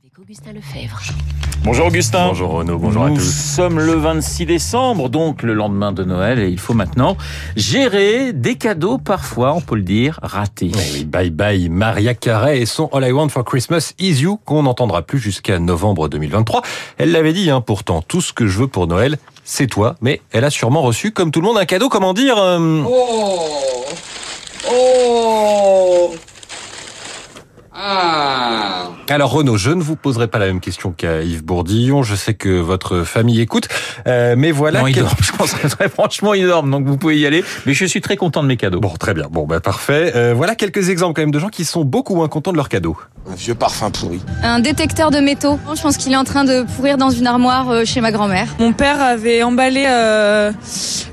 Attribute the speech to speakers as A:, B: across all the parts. A: avec Augustin Lefebvre.
B: Bonjour Augustin.
C: Bonjour Renaud, bonjour
B: Nous
C: à tous.
B: sommes le 26 décembre, donc le lendemain de Noël, et il faut maintenant gérer des cadeaux parfois, on peut le dire, ratés.
C: Eh oui, bye bye Maria Carey et son All I Want for Christmas Is You qu'on n'entendra plus jusqu'à novembre 2023. Elle l'avait dit, hein, pourtant, tout ce que je veux pour Noël, c'est toi. Mais elle a sûrement reçu, comme tout le monde, un cadeau, comment dire euh,
D: Oh Oh Ah
C: Alors Renaud, je ne vous poserai pas la même question qu'à Yves Bourdillon, je sais que votre famille écoute, euh, mais voilà...
B: non, il
C: quel-
B: dort. Je pense que très franchement, il dort, donc vous pouvez y aller. Mais je suis très content de mes cadeaux.
C: Bon, très bien, bon, bah parfait. Euh, voilà quelques exemples quand même de gens qui sont beaucoup moins contents de leurs cadeaux.
E: Un vieux parfum pourri.
F: Un détecteur de métaux. Je pense qu'il est en train de pourrir dans une armoire euh, chez ma grand-mère.
G: Mon père avait emballé euh,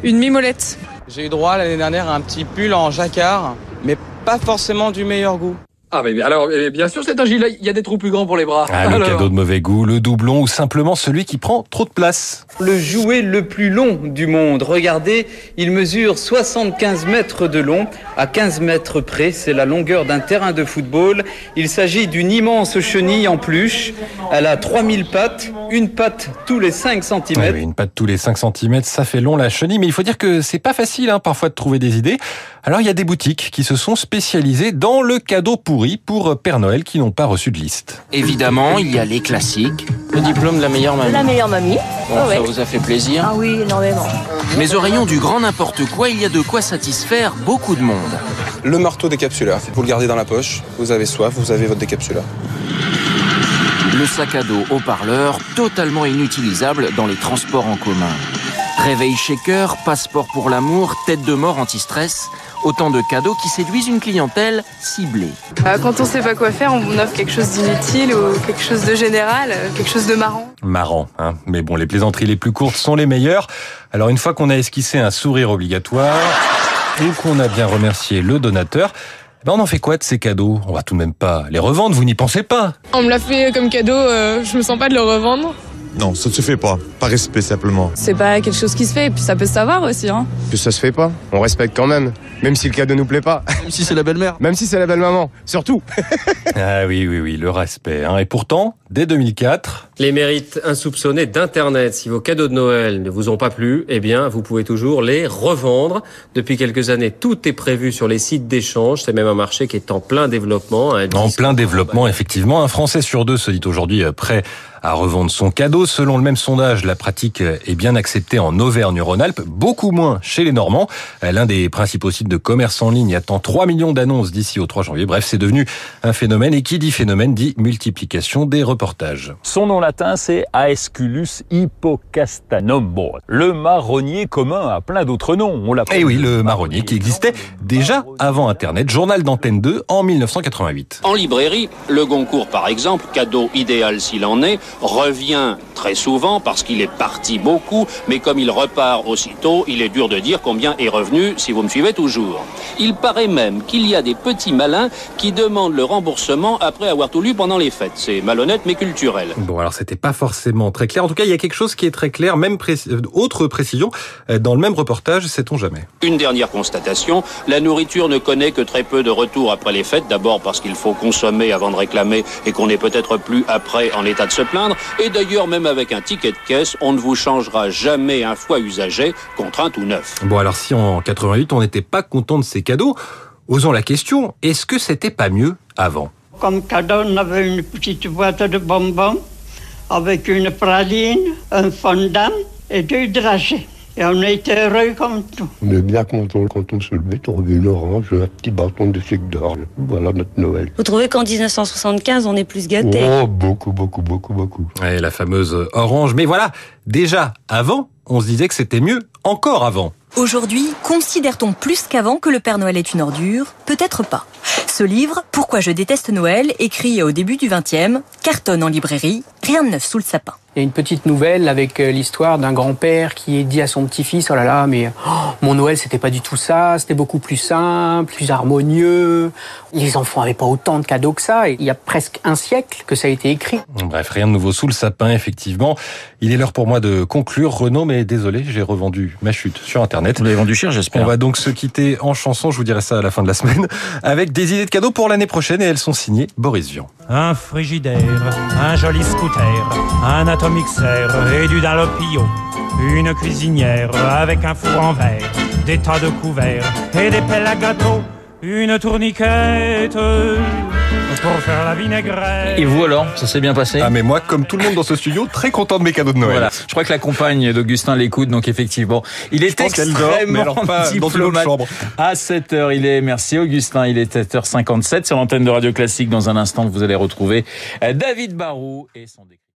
G: une mimolette.
H: J'ai eu droit l'année dernière à un petit pull en jacquard, mais pas forcément du meilleur goût.
I: Ah mais alors, eh bien sûr, c'est un gilet. Il y a des trous plus grands pour les bras.
C: Ah, le
I: Alors.
C: cadeau de mauvais goût, le doublon ou simplement celui qui prend trop de place.
J: Le jouet le plus long du monde. Regardez, il mesure 75 mètres de long. À 15 mètres près, c'est la longueur d'un terrain de football. Il s'agit d'une immense chenille en peluche. Elle a 3000 pattes, une patte tous les 5
C: Ouais,
J: cm.
C: oui, une patte tous les 5 cm, ça fait long la chenille, mais il faut dire que c'est pas facile hein, parfois de trouver des idées. Alors il y a des boutiques qui se sont spécialisées dans le cadeau pourri pour Père Noël qui n'ont pas reçu de liste.
D: Évidemment, il y a les classiques.
H: Le diplôme de la meilleure mamie.
A: La meilleure mamie.
H: Bon,
A: Ah ouais.
H: Ça vous a fait plaisir.
A: Ah oui, énormément.
D: Mais au rayon du grand n'importe quoi, il y a de quoi satisfaire beaucoup de monde.
E: Le marteau décapsuleur, vous le gardez dans la poche, vous avez soif, vous avez votre décapsuleur.
D: Le sac à dos haut-parleur, totalement inutilisable dans les transports en commun. Réveil shaker, passeport pour l'amour, tête de mort anti-stress, autant de cadeaux qui séduisent une clientèle ciblée.
G: Euh, Quand on sait pas quoi faire, on offre quelque chose d'inutile ou quelque chose de général, euh, quelque chose de marrant.
C: Marrant, hein. Mais bon, les plaisanteries les plus courtes sont les meilleures. Alors une fois qu'on a esquissé un sourire obligatoire et qu'on a bien remercié le donateur, ben on en fait quoi de ces cadeaux On va tout de même pas les revendre, vous n'y pensez pas
G: On me l'a fait comme cadeau, euh, je me sens pas de le revendre.
K: Non, ça ne se fait pas. Par respect simplement.
F: C'est pas quelque chose qui se fait, et puis ça peut se savoir aussi. Hein.
K: Que ça se fait pas, on respecte quand même. Même si le cadeau nous plaît pas.
H: Même si c'est la belle-mère.
K: Même si c'est la belle maman. Surtout.
C: Ah oui, oui, oui, le respect. hein. Et pourtant, dès 2004...
I: Les mérites insoupçonnés d'Internet. Si vos cadeaux de Noël ne vous ont pas plu, eh bien, vous pouvez toujours les revendre. Depuis quelques années, tout est prévu sur les sites d'échange. C'est même un marché qui est en plein développement. hein, Un
C: En
I: disque-
C: plein développement, effectivement. Un Français sur deux se dit aujourd'hui euh, prêt à revendre son cadeau. Selon le même sondage, la pratique euh, est bien acceptée en Auvergne-Rhône-Alpes, beaucoup moins chez les Normands. Euh, L'un des principaux sites de commerce en ligne attend 3 millions d'annonces d'ici au 3 janvier. Bref, c'est devenu un phénomène. Et qui dit phénomène dit multiplication des reportages.
L: Son nom latin, c'est Aesculus hippocastanum. Bon, le marronnier commun a plein d'autres noms. On l'appelle
C: Eh oui, le marronnier qui existait déjà avant Internet. Journal d'Antenne 2 en 1988.
H: En librairie, le Goncourt, par exemple, cadeau idéal s'il en est, revient très souvent parce qu'il est parti beaucoup, mais comme il repart aussitôt, il est dur de dire combien est revenu si vous me suivez toujours. Il paraît même qu'il y a des petits malins qui demandent le remboursement après avoir tout lu pendant les fêtes. C'est malhonnête mais culturel.
C: Bon, alors c'était pas forcément très clair. En tout cas, il y a quelque chose qui est très clair, même préci- euh, autre précision euh, dans le même reportage, sait-on jamais.
H: Une dernière constatation, la nourriture ne connaît que très peu de retours après les fêtes, d'abord parce qu'il faut consommer avant de réclamer et qu'on n'est peut-être plus après en état de se plaindre, et d'ailleurs même avec un ticket de caisse, on ne vous changera jamais un foie usagé, contraint ou neuf.
C: Bon, alors si en 88 on n'était pas content de ces cadeaux, osons la question est-ce que c'était pas mieux avant
G: Comme cadeau, on avait une petite boîte de bonbons avec une praline, un fondant et deux dragées. Et on était heureux comme tout.
K: On est bien content quand on se levait, on revue une orange, un petit bâton de sucre d'or. Voilà notre Noël.
A: Vous trouvez qu'en 1975, on est plus gâté
K: Oh, beaucoup, beaucoup, beaucoup, beaucoup.
C: ouais, La fameuse orange. Mais voilà, déjà avant, on se disait que c'était mieux encore avant.
A: Aujourd'hui, considère-t-on plus qu'avant que le Père Noël est une ordure Peut-être pas. Ce livre, Pourquoi je déteste Noël, écrit au début du 20e, cartonne en librairie, rien de neuf sous le sapin.
J: Il y a une petite nouvelle avec euh, l'histoire d'un grand-père qui dit à son petit-fils Oh là là, mais oh, mon Noël, c'était pas du tout ça, c'était beaucoup plus simple, plus harmonieux. Les enfants avaient pas autant de cadeaux que ça. Et il y a presque un siècle que ça a été écrit.
C: Bref, rien de nouveau sous le sapin, effectivement. Il est l'heure pour moi de conclure, Renaud, mais désolé, j'ai revendu ma chute sur Internet.
B: Vous l'avez vendu cher, j'espère.
C: On va donc se quitter en chanson, je vous dirai ça à la fin de la semaine, avec des idées de cadeaux pour l'année prochaine, et elles sont signées Boris Vian.
E: Un frigidaire, un joli scooter, un atomixer et du Dalopio. Une cuisinière avec un four en verre, des tas de couverts et des pelles à gâteau. Une tourniquette pour faire la vinaigrette.
B: Et vous alors, ça s'est bien passé
C: Ah mais moi, comme tout le monde dans ce studio, très content de mes cadeaux de Noël.
B: Voilà. Je crois que la compagne d'Augustin l'écoute, donc effectivement, il est
C: pense qu'elle dort, mais
B: extrêmement
C: alors pas dans une autre
B: diplomate.
C: chambre.
B: À 7h, il est, merci Augustin, il est 7h57 sur l'antenne de Radio Classique. Dans un instant, vous allez retrouver David euh, Barou et son